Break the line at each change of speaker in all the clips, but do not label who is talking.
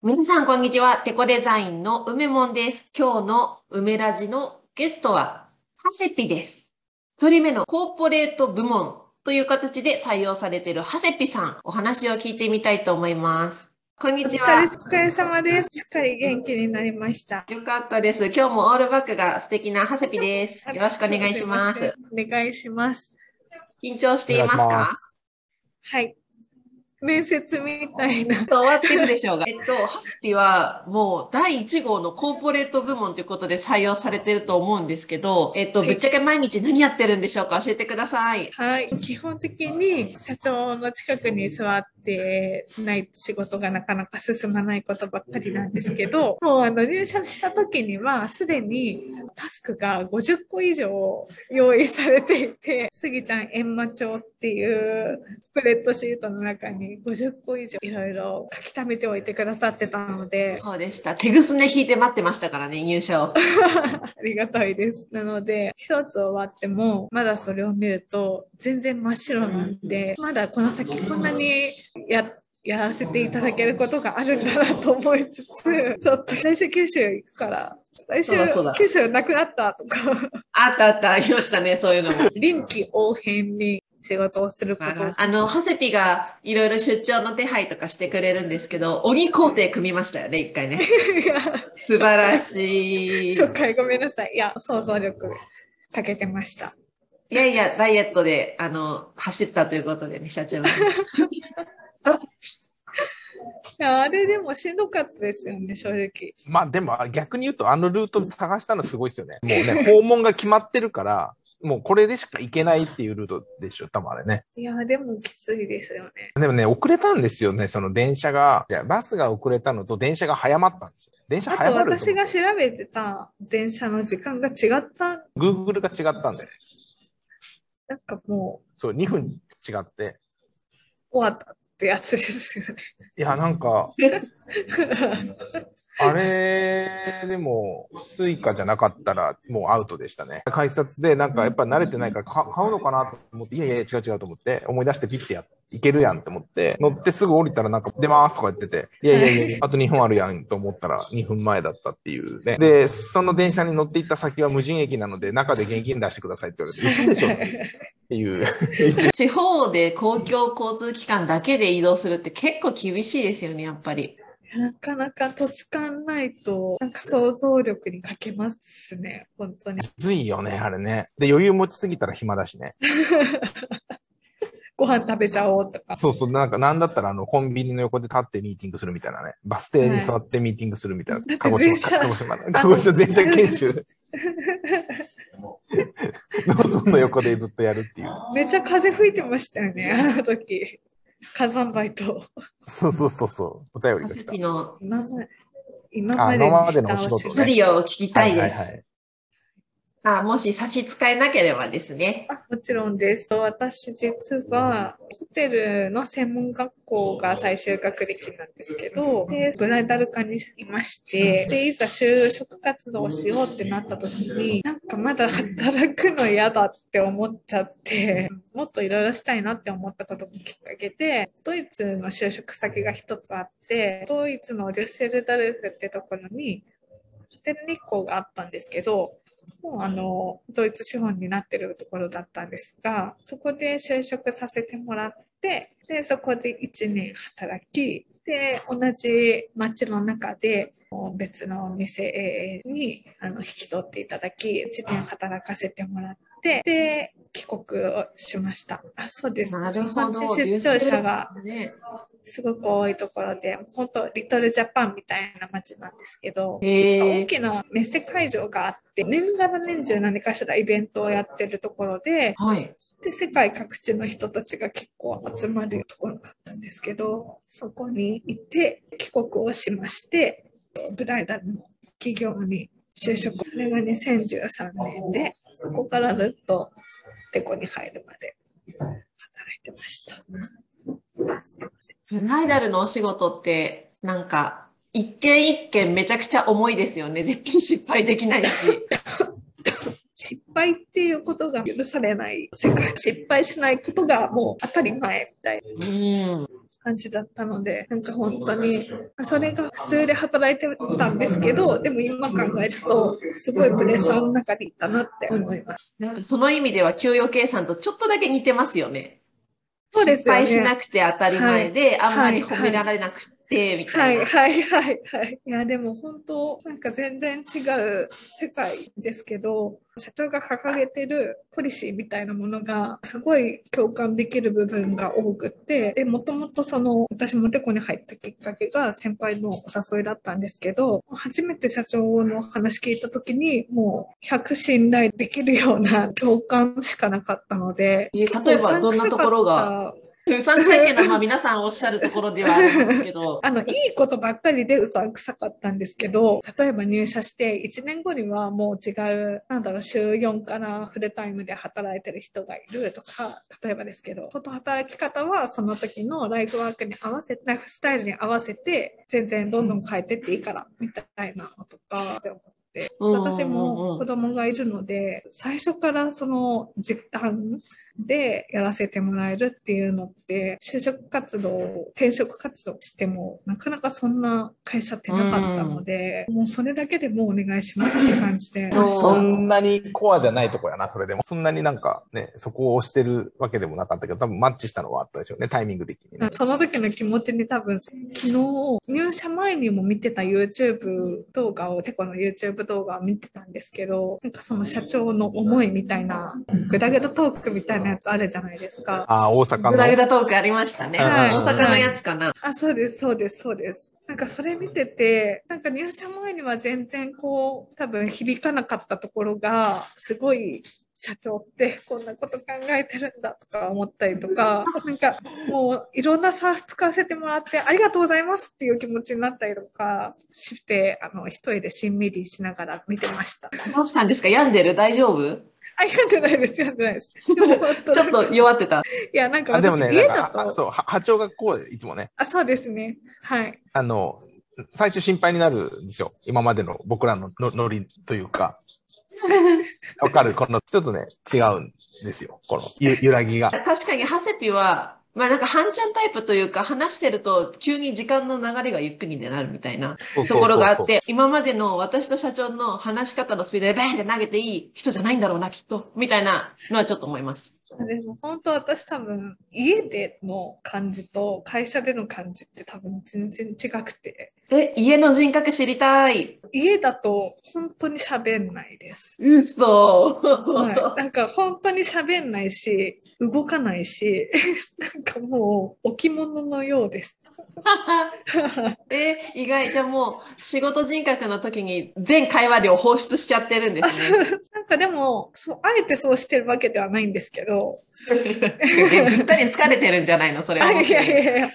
皆さん、こんにちは。テコデザインの梅門です。今日の梅ラジのゲストは、ハセピです。一人目のコーポレート部門という形で採用されているハセピさん、お話を聞いてみたいと思います。こんにちは。
お疲れ様です。しっかり元気になりました。
よかったです。今日もオールバックが素敵なハセピです。よろしくお願いします。
お願いします。
緊張していますか
はい。面接みたいな。
終わってるでしょうが。えっと、ハスピはもう第1号のコーポレート部門ということで採用されてると思うんですけど、えっと、ぶっちゃけ毎日何やってるんでしょうか教えてください。
はい。基本的に社長の近くに座ってない仕事がなかなか進まないことばっかりなんですけど、もうあの入社した時にはすでにタスクが50個以上用意されていて、スギちゃん閻魔帳っていうスプレッドシートの中に50個以上いろいろ書き溜めておいてくださってたので
そうでした手ぐすね引いて待ってましたからね入社を
ありがたいですなので一つ終わってもまだそれを見ると全然真っ白なんでまだこの先こんなにやってやらせていただけることがあるんだなと思いつつ、ちょっと来週九州行くから、来週九州なくなったとか。
あったあった、ありましたね、そういうのも。
臨機応変に仕事をすること
あの、ハセピがいろいろ出張の手配とかしてくれるんですけど、鬼工程組みましたよね、一回ね。素晴らしい。
初回ごめんなさい。いや、想像力かけてました。
いやいや、ダイエットで、あの、走ったということでね、社長
いやあれでもしんどかったですよね、正直。
まあでも逆に言うと、あのルート探したのすごいですよね。もうね、 訪問が決まってるから、もうこれでしか行けないっていうルートでしょ、多分あれね。
いや、でもきついですよね。
でもね、遅れたんですよね、その電車が。じゃバスが遅れたのと電車が早まったんですよ。電車
早まるあと私が調べてた電車の時間が違った。
Google が違ったんで。
なんかもう。
そう、2分違って。
終わったってやつですよね。
いや、なんか。あれ、でも、スイカじゃなかったら、もうアウトでしたね。改札で、なんか、やっぱ慣れてないからか、買うのかなと思って、いやいや、違う違うと思って、思い出して切ってやいけるやんって思って、乗ってすぐ降りたらなんか出ますとか言ってて、いやいやいや、あと2分あるやんと思ったら2分前だったっていうね。で、その電車に乗っていった先は無人駅なので、中で現金出してくださいって言われて、嘘でしょってい う。
地方で公共交通機関だけで移動するって結構厳しいですよね、やっぱり。
なかなか土地勘ないと、なんか想像力に欠けますね、本当に。
きついよね、あれね。で、余裕持ちすぎたら暇だしね。
ご飯食べちゃおうとか。
そうそう、なんか、なんだったら、あの、コンビニの横で立ってミーティングするみたいなね。バス停に座ってミーティングするみたいな。はい、
鹿児島、鹿児
島、鹿児島全社研 修。農村の横でずっとやるっていう。
めっちゃ風吹いてましたよね、あの時。火山灰と。
そうそうそうそう。お便りが来た。
の
今まで
までのお仕
事、ね。距離を聞きたいです。はいはいはいあもし差し支えなければですね。
もちろんです。私実はホテルの専門学校が最終学歴なんですけど、でブライダル科にいまして、でいざ就職活動をしようってなった時に、なんかまだ働くの嫌だって思っちゃって、もっといろいろしたいなって思ったことがきっかけで、ドイツの就職先が一つあって、ドイツのデュッセルダルフってところに、ホテル日光があったんですけど、もうあの、ドイツ資本になってるところだったんですが、そこで就職させてもらって、で、そこで1年働き、で、同じ町の中で、別のお店にあの引き取っていただき、1年働かせてもらって、で、帰国をしました。あそうです。
なるほど。
出張者がすごく多いところで、本当リトルジャパンみたいな街なんですけど、大きなメッセ会場があって、年がら年中何かしらイベントをやってるところで、
はい、
で世界各地の人たちが結構集まるところだったんですけど、そこに行って帰国をしまして、ブライダルの企業に就職、それが2013年で、そこからずっとテコに入るまで働いてました。
ブライダルのお仕事ってなんか一件一件めちゃくちゃ重いですよね絶対失敗できない し
失敗っていうことが許されない世界失敗しないことがもう当たり前みたい
な。うん
感じだったので、なんか本当に、それが普通で働いてたんですけど、でも今考えると、すごいプレッシャーの中にいたなって思います。
なんかその意味では給与計算とちょっとだけ似てますよね。
そうです
失
よね
敗しなくて当たり前で、あんまり
はい
褒められなくて、み
は
たい
い
な。
はいはいはい。いやでも本当なんか全然違う世界ですけど社長が掲げてるポリシーみたいなものがすごい共感できる部分が多くってでもともとその私もレコに入ったきっかけが先輩のお誘いだったんですけど初めて社長の話聞いた時にもう100信頼できるような共感しかなかったので
例えばどんなところが うさんくさいっていうのはまあ皆さんおっしゃるところではあるんですけ ど、
あの、いいことばっかりでうさんくさかったんですけど、例えば入社して1年後にはもう違う、なんだろう、週4からフルタイムで働いてる人がいるとか、例えばですけど、この働き方はその時のライフワークに合わせ、ライフスタイルに合わせて、全然どんどん変えてっていいから、みたいなのとか、って思って
うんうんうん
私も子供がいるので、最初からその実感でやらせてもらえるっていうのって、就職活動、転職活動しても、なかなかそんな会社ってなかったので、もうそれだけでもうお願いしますって感じで。
そう
そんなにコアじゃないとこやな、それでも。そんなになんかね、そこを押してるわけでもなかったけど、多分マッチしたのはあったでしょうね、タイミング的にね。
その時の気持ちに多分、昨日、入社前にも見てた YouTube 動画を、テコの YouTube 動画を見てたんですけど、なんかその社長の思いみたいな、グダグダトークみたいなやつあるじゃないですか。
ああ、大阪
グダグ
の。
ダトークありましたね。
はい
大阪のやつかな。
あ、そうです、そうです、そうです。なんかそれ見てて、なんか入社前には全然こう、多分響かなかったところが、すごい、社長ってこんなこと考えてるんだとか思ったりとか、なんかもういろんなサース使わせてもらってありがとうございますっていう気持ちになったりとかして、あの、一人でしんみりしながら見てました。
どうしたんですか病んでる大丈夫
あ、やってないです、やってないです。でも本当
ちょっと弱ってた。
いや、なんか
あでも
私、
ね、
家
な
だ
んかあ
と、
そう、は波長がこうで、いつもね。
あ、そうですね。はい。
あの、最初心配になるんですよ。今までの僕らののノリという か。わかるこの、ちょっとね、違うんですよ。このゆ揺らぎが。
確かにハセピは、まあなんか半ちゃんタイプというか話してると急に時間の流れがゆっくりになるみたいな
そうそうそうそ
と
う
ころがあっ。て、今までの私と社長の話し方のスピードでバーンって投げていい人じゃないんだろうな、きっと。みたいなのはちょっと思います。
でも本当私多分家での感じと会社での感じって多分全然違くて
え、家の人格知りたい。
家だと本当に喋んないです。
嘘。
はい、なんか本当に喋んないし動かないし なんかもう置物のようです。
え、意外。じゃあもう仕事人格の時に全会話量放出しちゃってるんですね。
なんかでもそうあえてそうしてるわけではないんですけど
ぴったり疲れてるんじゃないのそれは
あ。いやいやいや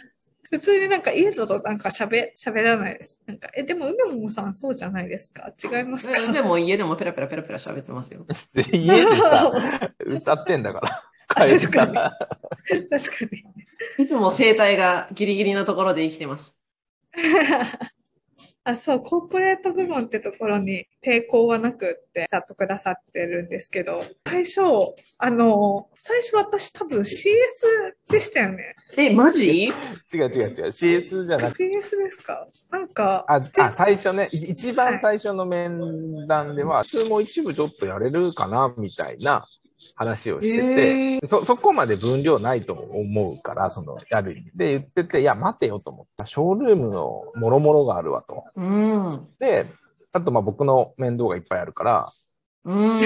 普通になんか家だとなんか喋喋らないです。なんかえでも梅もさんそうじゃないですか違いますか
うんでも家でもペラペラペラペラ喋ってますよ。
家でさ、歌ってんだから。帰った
確
ら
確かに。
いつも生態がギリギリのところで生きてます。
あ、そう、コーポレート部門ってところに抵抗はなくって、チャットくださってるんですけど、最初、あの、最初私多分 CS でしたよね。
え、マジ
違う違う違う。CS じゃなくて
CS ですかなんか、
ああ最初ね、い一番最初の面談では、普通も一部ちょっとやれるかなみたいな話をしてて、そそこまで分量ないと思うから、そのやる意味で言ってて、いや、待てよと思った。ショールームのもろもろがあるわと。
うん。
で、あとまあ僕の面倒がいっぱいあるから、
うん。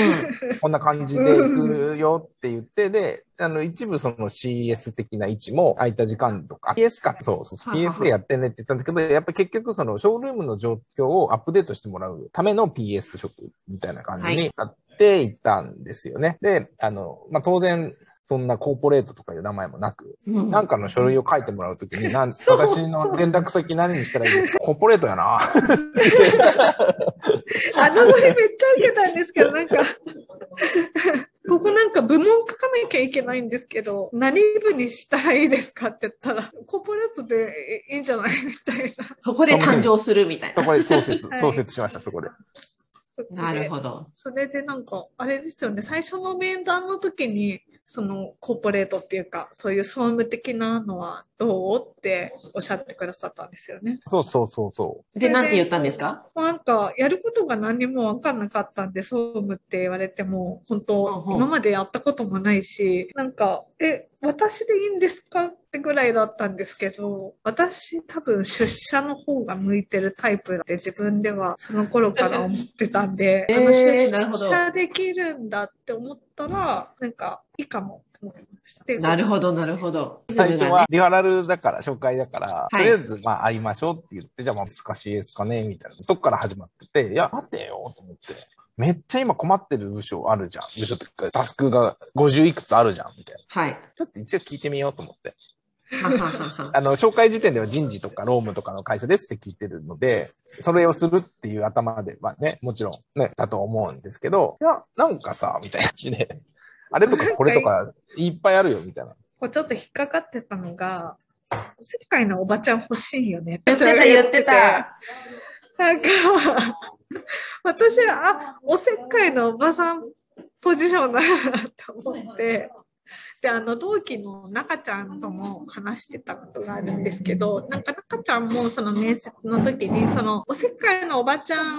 こんな感じで行くよって言って、で、あの、一部その CS 的な位置も空いた時間とか、あ PS か、そうそうそう、
はいはいはい
PS でやってねって言ったんですけど、やっぱり結局そのショールームの状況をアップデートしてもらうための PS 職みたいな感じ
は
になっていったんですよね。で、あの、まあ、当然、そんなコーポレートとかいう名前もなく、なんかの書類を書いてもらうときに、なん
そう
私の連絡先何にしたらいいですかコーポレートやな。
あのノリめっちゃ受けたんですけど、なんか、 ここなんか部門書かなきゃいけないんですけど、何部にしたらいいですかって言ったら、コーポレートでいいんじゃないみたいな。
そこで誕生するみたい
そ
な。
こで創設
は、い
創設しました、そこで。
なるほど。
それでなんか、あれですよね、最初の面談の時に、そのコーポレートっていうか、そういう総務的なのはどうっておっしゃってくださったんですよね。
そうそうそうそ
で、なんて言ったんですか
まあなんか、やることが何にも分かんなかったんで、総務って言われても、本当、
うんうん、
今までやったこともないし、なんか、え、私でいいんですかってぐらいだったんですけど、私多分出社の方が向いてるタイプで自分ではその頃から思ってたんで
えー
あの出
なるほど
社できるんだって思ったら、なんか、いいかもって思いました。
なる
ほ
ほど、なるほど。
う。最初
がね
はリハラルだから、紹介だから、
い
とりあえずまあ会いましょうって言って、じゃあまあ難しいですかねみたいなとこから始まってて、いや、待てよと思って。めっちゃ今困ってる部署あるじゃん。部署っていうか、タスクが50いくつあるじゃん、みたいな。
はい。
ちょっと一応聞いてみようと思って。
はははは
あの、紹介時点では人事とか労務とかの会社ですって聞いてるので、それをするっていう頭ではね、もちろんね、だと思うんですけど、いや、なんかさ、みたいな感じで、あれとかこれとかいっぱいあるよ、みたいな。
こうちょっと引っかかってたのが、世界のおばちゃん欲しいよね
言ってた、言ってた。
なんか、私は、あ、おせっかいのおばさんポジションだなと思って、で、あの、同期の中ちゃんとも話してたことがあるんですけど、なんか中ちゃんもその面接の時に、その、おせっかいのおばちゃん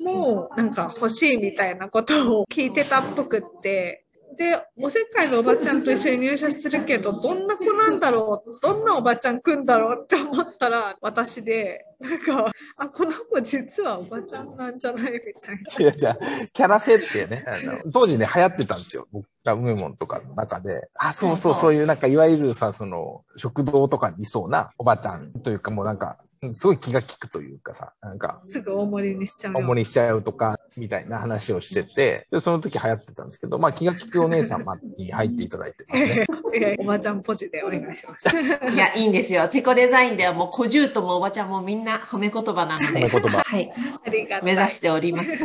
も、なんか欲しいみたいなことを聞いてたっぽくって、で、おせっかいのおばちゃんと一緒に入社するけど、どんな子なんだろうどんなおばちゃん来んだろうって思ったら、私で、なんか、あ、この子実はおばちゃんなんじゃないみたいな。
違う違う、キャラ設定ね。あの当時ね、流行ってたんですよ。僕が梅門とかの中で。あ、そうそう、そういうなんか、いわゆるさ、その、食堂とかにいそうなおばちゃんというか、もうなんか、すごい気が利くというかさ、なんか、
すぐ大盛りにしちゃうよ。
大盛りしちゃうとか、みたいな話をしてて、で、その時流行ってたんですけど、まあ気が利くお姉様に入っていただいてますね。
ええおばちゃんポジでお願いします。
いや、いいんですよ。テコデザインではもう、小獣ともおばちゃんもみんな褒め言葉なの
こ
で
の、言葉。
はい、
ありがとう。
目指しております。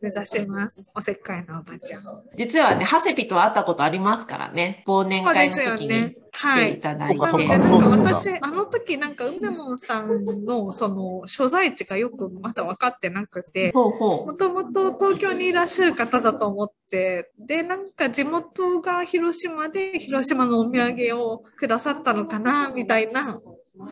目指します。おせっかいのおばちゃん。
実はね、ハセピとは会ったことありますからね、忘年会の時に来
は
てい
い。
ただいて。
そう
なんで
か
な
そ
ん
う
か
だそう
私、
だ
あの時、なんか、梅門さんの、その、所在地がよくまだ分かってなくて、
ほうほ
もともと東京にいらっしゃる方だと思って、で、なんか地元が広島で、広島のお土産をくださったのかな、みたいな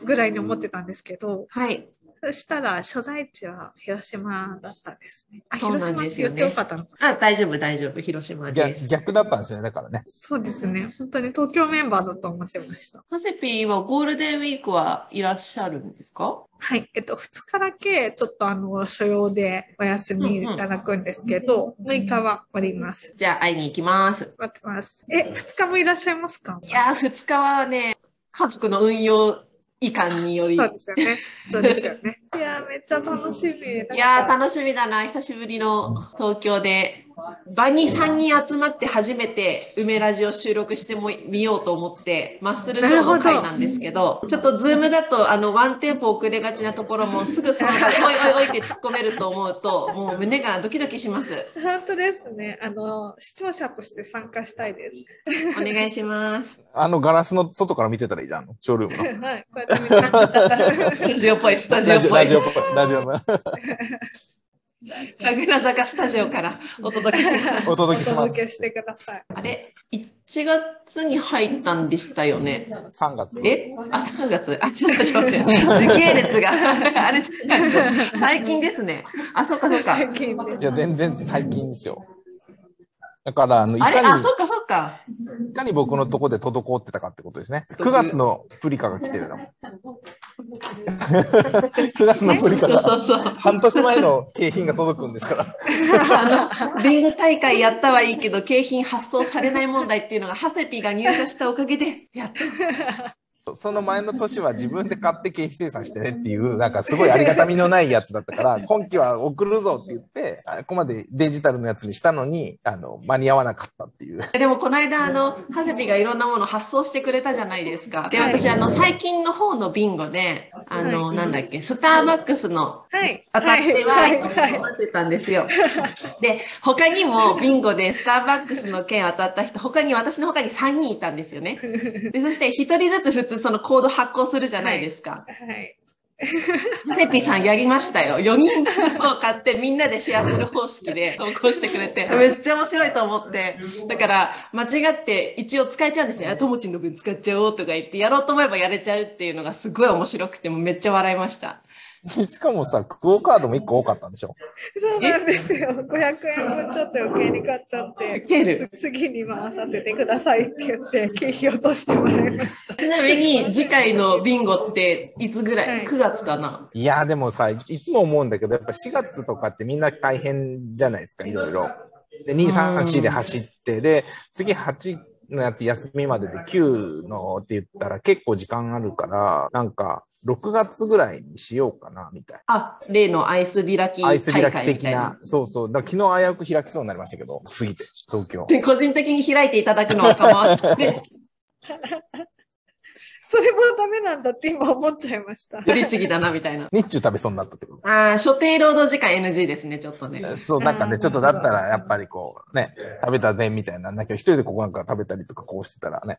ぐらいに思ってたんですけど、
う。はい。
そしたら所在地は広島だったんですね。あ、
そう
広
なん
島っ
で
て
すよ
言っ
ね
てよかったのか。
あ、大丈夫、大丈夫。広島です
逆。 逆だったんですよね、だからね。
そうですね。本当に東京メンバーだと思ってました。
ハセピーはゴールデンウィークはいらっしゃるんですか
はい。えっと、2日だけ、ちょっとあの、所用でお休みいただくんですけど、6日はおります。
じゃあ会いに行きます。
待ってます。え、2日もいらっしゃいますか
いやー、2日はね、家族の運用いかんにより。
そうですよね。そうですよね。 いやー、めっちゃ楽しみ。
いやー、
なんか
楽しみだな。久しぶりの東京で。場に3人集まって初めて梅ラジオ収録してもみようと思って、マッスルショーの回なんですけど、ちょっとズームだとあのワンテンポ遅れがちなところもすぐその場でおいおいおいって突っ込めると思うと、もう胸がドキドキします。
本当ですね。あの、視聴者として参加したいで
お願いします。
あのガラスの外から見てたらいいじゃん、ショールーム
す。
の。
はい。 こうやってみんな。
スタジオっぽい、スタジオ
ラ
っ
ジオ、
ぽい
ラジ。オっぽい、ラジオっぽい
神楽坂スタジオからお届けします。
お届
お
けします
届。けしてください。
あれ、1月に入ったんでしたよね。
3月。
えあ、3月。あ、ちょっとちょっと待って。時系列が。 あれ、3月最近ですね。あ、そっかそっか。
最近
いや、全然最近ですよ。だから、あの、い
あれ、
か
あ、
に
そ、っかそっか。
いかに僕のとこで滞ってたかってことですね。9月のプリカが来てるな。9月 のプ
そう
リカ
そうそ
が。
う そう。
半年前の景品が届くんですから。
あの、ビンゴ大会やったはいいけど、景品発送されない問題っていうのが、ハセピが入社したおかげで、やっと。
その前の年は自分で買って経費生産してねっていう、なんかすごいありがたみのないやつだっ たから、今期は送るぞって言って、あここまでデジタルのやつにしたのに、あの、間に合わなかったっていう。
でもこの間あのハセピがいろんなもの発送してくれたじゃないですか。で
はい
私あの最近の方のビンゴであの
はい
なんだっけスターバックスの
はい。
当たっては
はい。はい。
当たってたんですよ。で他にもビンゴでスターバックスの券当たった人他に私の他に3人いたんですよね。でそして1人ずつ普通そのコード発行するじゃないですか。
はい。
ハセピさんやりましたよ。4人を買ってみんなでシェアする方式で投稿してくれて、めっちゃ面白いと思って。だから、間違って一応使えちゃうんですね。あともちんの分使っちゃおうとか言って、やろうと思えばやれちゃうっていうのがすごい面白くて、もうめっちゃ笑いました。
しかもさ、クオカードも1個多かったんでしょ。
そうなんですよ。500円分ちょっと余計に買っちゃっ
か
て、
ける。
次に回させてくださいって言って、経費落としてもらいました。
ちなみ に次回のビンゴっていつぐら
はい
い ?9 月かない
や、でもさ、いつも思うんだけど、やっぱ4月とかってみんな大変じゃないですか、いろいろ。で、2、3、4で走って、で、次8のやつ休みまでで9のって言ったら結構時間あるから、なんか、6月ぐらいにしようかな、みたい
あ、例のアイス開き
な。アイ
大
ス開き
会み
的
たいな
な。。そうそう。だから昨日危うく開きそうになりましたけど、過ぎて、東京。
で個人的に開いていただくのは構わ ないです。
それもダメなんだって今思っちゃいました。
取り次ぎだなみたいな。
日中食べそうになったってこと。
ああ、所定労働時間 NG ですね、ちょっとね。
そう、なんかね、ちょっとだったら、やっぱりこう、ね、食べたぜ、みたいな、だけど、一人でここなんか食べたりとかこうしてたらね。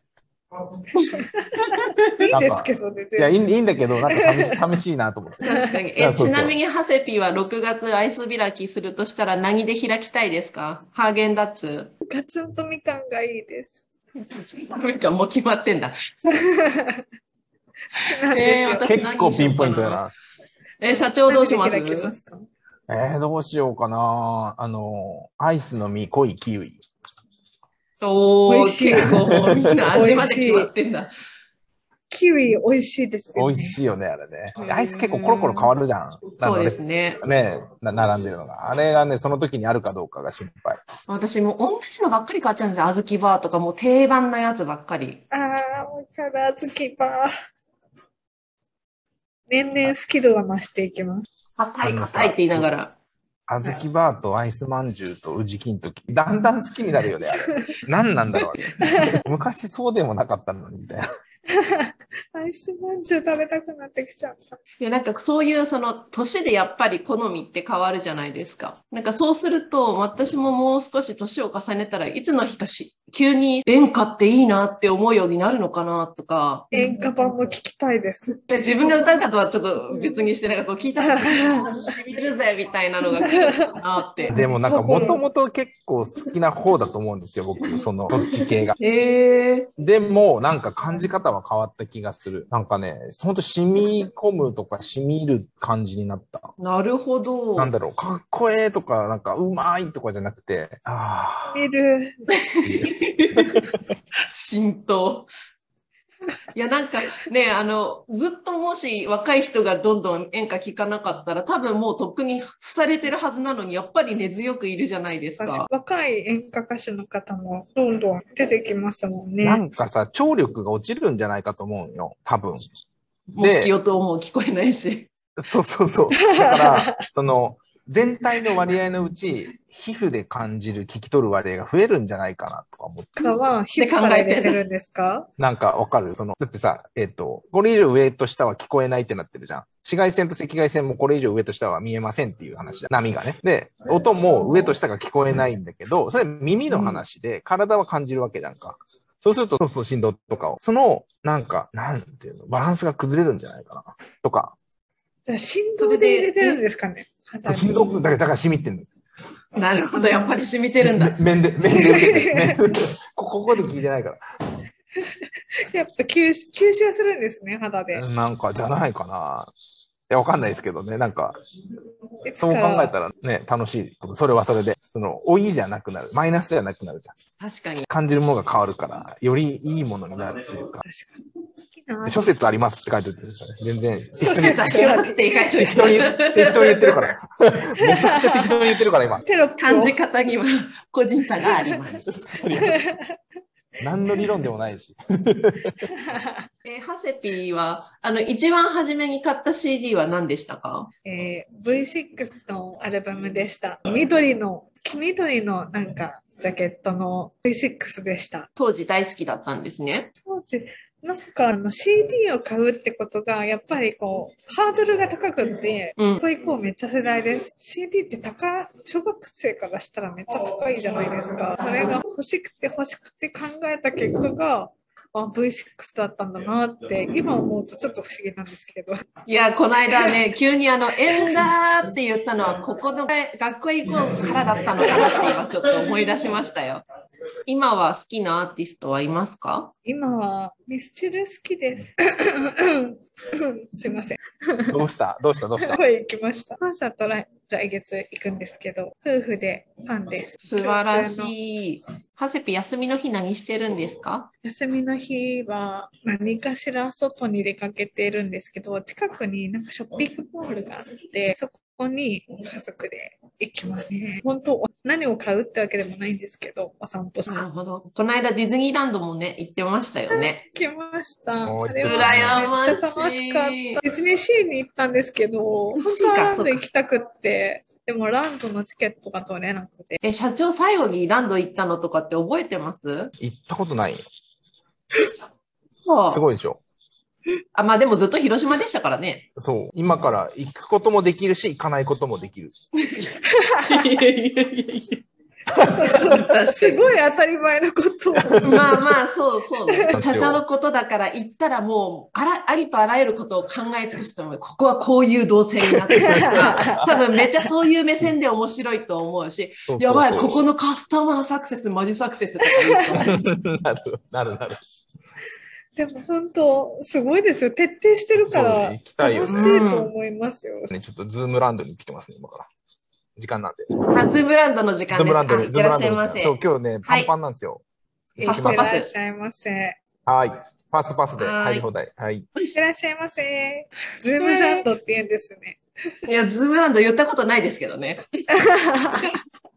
いいですけどね、
いや、い
全
いいいんだけど、なんか寂し 寂しいなと思って。
確かに。
いや
え、
そうそう
ちなみに、ハセピーは6月アイス開きするとしたら何で開きたいですかハーゲンダッツ
部ガツンとみかんがいいです。
なんかもう決まってんだ。
なん
えー
ですよ
私
結構ピンポイントだな。
え、社長どうします
何で開きますか
えー、どうしようかな。あの、アイスの実、濃いキウイ。
お
美
ー、
味しい
結構もうみんな味まで決まってんだ。
キウイ美味しいですよ、
美
ね。
味しいよね、あれね
うん。
アイス結構コロコロ変わるじゃん。なんか
そうですね。
ね、な並んでるのが。あれがね、その時にあるかどうかが心配。
私もう同じのばっかり買っちゃうんですよ。小豆バーとかもう定番なやつばっかり。
ああ、もうから好きば。年々スキルは増していきます。
硬い硬いって言いながら。
小豆バーとアイスまんじゅうと宇治金時、だんだん好きになるよね、あ れ。何なんだろう、あれ昔そうでもなかったのに、みたいな。
アイスまんじゅう食べたくなってきちゃった。
いや、なんかそういうその年でやっぱり好みって変わるじゃないですか。なんかそうすると私ももう少し年を重ねたらいつの日かし、急に演歌っていいなって思うようになるのかなとか、
演歌版も聞きたいです。
で自分が歌うかとはちょっと別にしてなんかこう聞いたら、 しみるぜみたいなのが来るのかな って。
でもなんかもともと結構好きな方だと思うんですよ、僕、その、どっち系が。
へえ
でも、なんか感じ方は変わった気がする。なんかね、ほんと染み込むとか染みる感じになった。
ー、なるほど。
なんだろう、かっこええとか、なんかうまいとかじゃなくて、あ
見る。
浸透。いや、なんかね、あの、ずっともし若い人がどんどん演歌聞かなかったら、多分もうとっくに廃れてるはずなのに、やっぱり根強くいるじゃないですか。
若い演歌歌手の方もどんどん出てきますもん
ーな
ね。
んかさ、聴力が落ちるんじゃないかと思うよ、多分。
もう聞きようともう聞こえないし。
そうそうそう。だから、その、全体の割合のうち、皮膚で感じる、聞き取る割合が増えるんじゃないかなとか思って。
歌は皮膚から入れてるんですか
なんかわかるその、だってさ、えっ、と、これ以上上と下は聞こえないってなってるじゃん。紫外線と赤外線もこれ以上上と下は見えませんっていう話じゃん。波がね。で、音も上と下が聞こえないんだけど、それ耳の話で、体は感じるわけじゃんか。そうすると、そうそう、振動とかを。その、なんか、なんていうの、バランスが崩れるんじゃないかな。とか。
じゃあ振動で入れてるんですかね肌に
振動、だから、だから染みってんの。
なるほど、やっぱり染みてるんだ。
め面で、面で受けてる。面で受けてるこここで聞いてないか
やっぱ吸収吸収するんですね、肌で
ら。。なんか、じゃないかな。いや、わかんないですけどね。なんか、
いつか
そう考えたらね、楽しいこと。それはそれで。その、老いじゃなくなる。マイナスじゃなくなるじゃん。
確かに。
感じるものが変わるから、よりいいものになるっていうか。
確かに。好きな
諸説ありますって書いてるんですよね。全然。適
諸説ありますって意外と言う
当に、適当に言ってるから。めちゃくちゃ適当に言ってるから、今。
テロップ
感
を
じ方には個人差があります。
何の理論でもないし。
えーハセピーは、あの、一番初めに買った CD は何でしたか
えー V6 のアルバムでした。緑の、黄緑のなんかジャケットの V6 でした。
当時大好きだったんですね。
当時、なんかあの CD を買うってことがやっぱりこう、ハードルが高くって、
うん
これ以降めっちゃ世代です。CD って高い、小学生からしたらめっちゃ高いじゃないですか。それが欲しくて欲しくて考えた結果が、あ、V6 だったんだなって、今思うとちょっと不思議なんですけど。
いや、この間 ね、急にあの、縁だーって言ったのは、ここの学校へ行こうからだったのかなって今ちょっと思い出しましたよ。今は好きなアーティストはいますか
今は、ミスチル好きです。 すいません。
どうしたどうしたどうし
す
た
ごい行きました。コンサート来来月行くんですけど、夫婦でファンです。
素晴ら
共通の
しい。ハセピ、休みの日何してるんですか
休みの日は何かしら外に出かけてるんですけど、近くになんかショッピングモールがあって、そこに家族で行きますね。本当、何を買うってわけでもないんですけど、お散歩して
なるほど。この間ディズニーランドもね、行ってましたよね。
きました。
もう
あれ
羨
は
ましい
めっちゃ楽しかった。ディズニーシーに行ったんですけど、本
シ
当
ー
は
か
ラン
そ
ド
うか
行きたくって、でもランドのチケットが取れなくて、
え、社長最後にランド行ったのとかって覚えてます
行ったことないよ。
そう
すごいでしょ。
あ、まあでもずっと広島でしたからね。
そう。今から行くこともできるし、行かないこともできる。
確かに
すごい当たり前のことを。
まあまあ、そうそうね。
ですよ
社長のことだから行ったらもう、あら、ありとあらゆることを考え尽くしても、ここはこういう動線になってるとか、 多分めっちゃそういう目線で面白いと思うし、
そうそうそう
やばい、ここのカスタマーサクセス、マジサクセスとか言う人も
なる、なる、なる。
でも本当、すごいですよ。徹底してるか
そう
ら
ね行きたいよ
楽し
ね
いと思いますよ。
ね、ちょっとズームランドに来てますね、今から。時間なんで。ズ
あ、ズームランドの時間で
ーム
す。
ランド
あ、
で、
いっ
ズ
て
ーム
ら
ラ
っ
ン
しゃい
ド
ま
です
せ。
そう、今日ね、
は
パ
い
ンパンなんですよ。
い
ファストパス
ってらっしゃいませ。
はい。ファーストパスで入り放題。はい。
いってらっしゃいませ。ズームランドって言うんですね。
いや、ズームランド言ったことないですけど ね。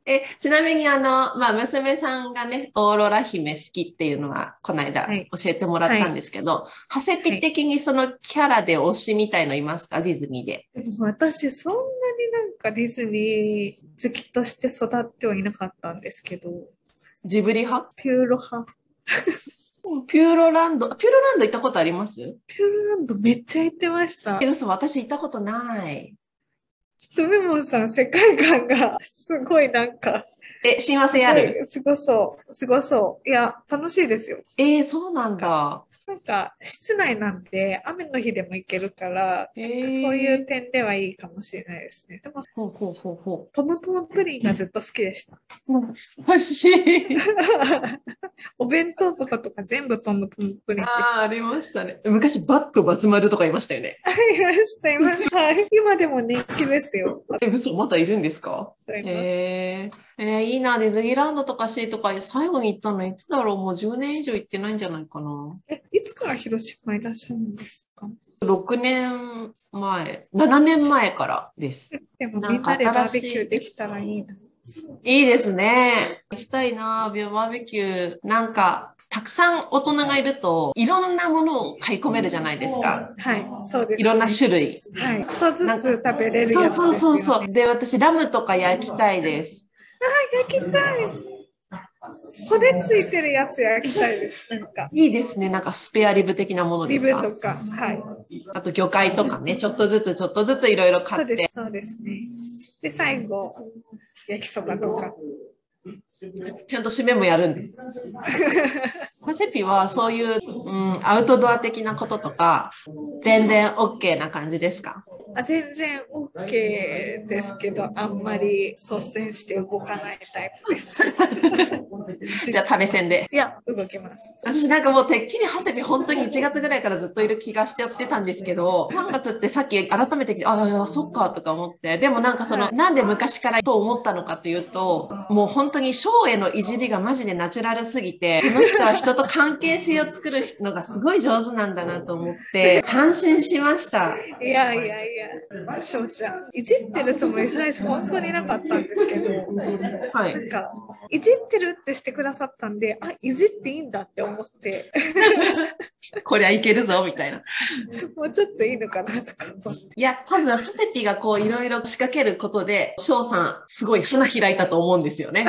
え、ちなみにあの、まあ、娘さんがね、オーロラ姫好きっていうのは、この間
はい
教えてもらったんですけど、ハセピ的にそのキャラで推しみたいのいますかディズニーで。
でも私、そんなになんかディズニー好きとして育ってはいなかったんですけど、
ジブリ派
ピューロ派。
ピューロランド、ピューロランド行ったことあります
ピューロランドめっちゃ行ってました。
え、嘘、私行ったことない。
ちょっとメモンさん、世界観がすごいなんか、
え、親和性ある
すごいすごそう、すごそう。いや、楽しいですよ。
えーそうなんだ。
なんか、室内なんで、雨の日でも行けるから、
え
そう
ー、
いう点ではいいかもしれないですね。でも、
ほうほうほうほ
トムトムプリンがずっと好きでした。
う。うん美味しい。
お弁当箱とか全部トムトムプリンでし
ああ、
た。
ありましたね。昔、バッとバツ丸とかいましたよね。
いました、いました。はい今でも人気ですよ。
え、嘘、まだいるんですかへええーいいな、ディズニーランドとかシーとか、最後に行ったのいつだろうもう10年以上行ってないんじゃないかな。
え、いつから広島いらっしゃるんですか
6年前、7年前からです。
でも
な
み
ん
ん
か新
な
しい
でバーベキューできたらいいな。
いいですね。行きたいな、ビューバーベキュー。なんか、たくさん大人がいると、いろんなものを買い込めるじゃないですか。
はい、そうです。
いろんな種類。
はい、一つずつ食べれる
そう
やつです
そ
よ
う
ね。
そうそう。で、私、ラムとか焼きたいです。
焼きたい。骨ついてるやつ焼きたいです。なんか、
いいですね。なんかスペアリブ的なもので
リ
す
ブ
か
とか。はい。
あと魚介とかね、ちょっとずつちょっとずついろいろ
そ
買
う
っ
で
て。
す、そうですね。で、最後、焼きそばとか。
ちゃんと締めもやるん で。マセピはそういう、うん、アウトドア的なこととか、全然 OK な感じですか
あ全然 OK ですけど、あんまり率先して動かないタイプです。
じゃあ試せんで。
いや、動きます。
私なんかもうてっきりハセピ本当に1月ぐらいからずっといる気がしちゃってたんですけど、3月ってさっき改めて聞いて、ああ、そっかとか思って、でもなんかその、なんで昔からと思ったのかというと、もう本当にショーへのいじりがマジでナチュラルすぎて、この人は人と関係性を作るのがすごい上手なんだなと思って、感心しました。
いやいやいや、翔ちゃん、いじってるつもり最初本当になかったんですけど、
は。
ないんか、いじってるってしてくださったんで、あ、いじっていいんだって思って、
こりゃいけるぞ、みたいな。
もうちょっといいのかなとか思って。
いや、多分、ハセピがこう、いろいろ仕掛けることで、翔さん、すごい花開いたと思うんですよ ね。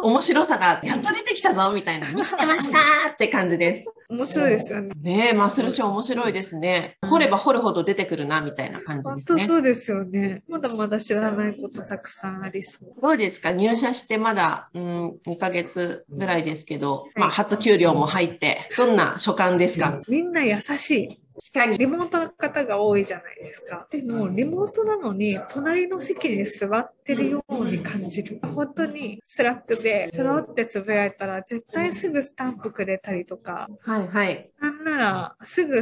面白さが、やっと出てきたぞ、みたいな、見てましたーって感じです。
面白いですよね。
ねえ、マッスルショー面白いですね。掘れば掘るほど出てくるな、みたいな感感じ
本
です
当
ね。
そうですよね。まだまだ知らないことたくさんありそう。
どうですか入社してまだ、うん、2ヶ月ぐらいですけど、
うん
まあ、初給料も入って、どんな所感ですか
みんな優しい。
確かに。
リモートの方が多いじゃないですか。でも、リモートなのに、隣の席に座ってるように感じる。本当に、スラックで、ちょろってつぶやいたら、絶対すぐスタンプくれたりとか、
はいはい。
なんなら、すぐ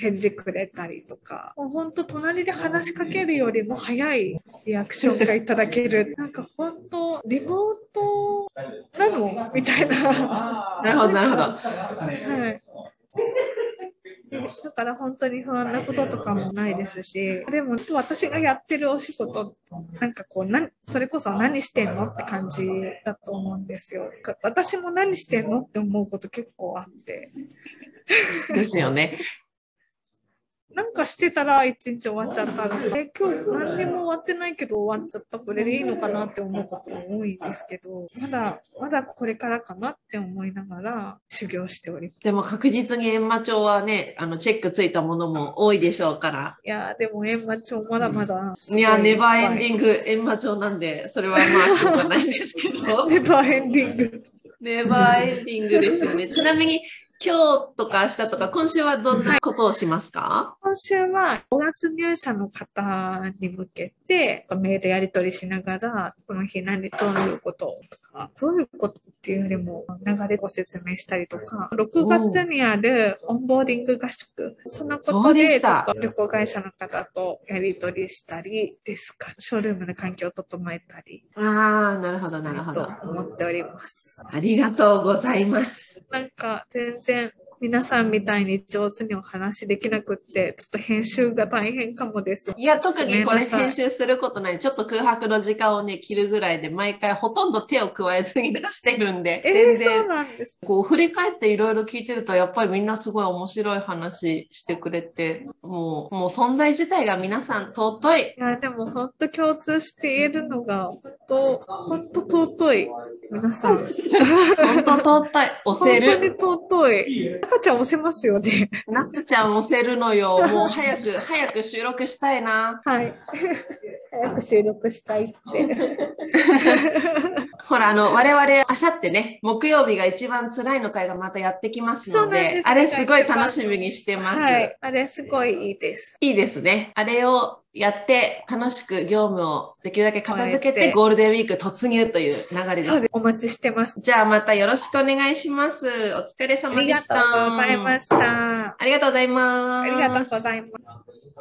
返事くれたりとか、もう本当隣で話しかけるよりも早いリアクションがいただける。なんか本当、リモートなのみたいな。
なるほどなるほど。
はい。だから本当に不安なこととかもないですし、でも私がやってるお仕事、なんかこう、なんそれこそ何してんのって感じだと思うんですよ。か私も何してんのって思うこと結構あって、
ですよね。
なんかしてたら一日終わっちゃったので、今日何にも終わってないけど終わっちゃった、これでいいのかなって思うことも多いんですけど、まだ、まだこれからかなって思いながら修行しております
でも確実に閻魔帳はね、あの、チェックついたものも多いでしょうから。
いやーでも閻魔帳まだまだ。
いや、ネバーエンディ
ン
ング閻魔帳なんで、それはまあ、しょうがないんですけど。
ネバーエンディング。
ネバーエンディングですよね。ちなみに、今日とか明日とか、今週はどんなことをしますか
今週は5月入社の方に向けてメールやり取りしながら、この日何どういうこととか、どういうことっていうよりも流れご説明したりとか、6月にあるオンボーディング合宿、そのこ
そう
と
で
で
し
ちょ
た
っと旅行会社の方とやり取りしたりですか、ショールームの環境を整えたり、
ああ、なるほど、なるほど。
と思っております。
ありがとうございます。
なんか全然皆さんみたいに上手にお話しできなくって、ちょっと編集が大変かもです。
いや、特にこれ
ごめんなさい
編集することない。ちょっと空白の時間をね、切るぐらいで、毎回ほとんど手を加えずに出してるんで、全
えー、そう
然。
なんです。
こう振り返っていろいろ聞いてるとやっぱりみんなすごい面白い話してくれてもうもう存在自体が皆さん尊い
いや、でも本当共通して言えるのが、本当、本当尊い。皆さん。
本当尊い
本
押せ
当
る
に尊い。赤ちゃん押せますよね。
中ちゃん押せるの よもう早く早く収録したいな
はい。早く収録したいって。
ほらあの我々あさってね木曜日が一番辛いの会がまたやってきます
そ
の
う
で
なんです
あれすごい楽しみにしてます、
はい。あれ、すごいいいです。
いいですね。あれをやって楽しく業務をできるだけ片付け
終
て
えて
ゴールデンウィーク突入という流れで
そう
す
です。お待ちしてます。
じゃあまたよろしくお願いします。お疲れ
あ
様
り
で
が
し
と
た。
うございました。あ
ありがとうございます。
りがとうございます。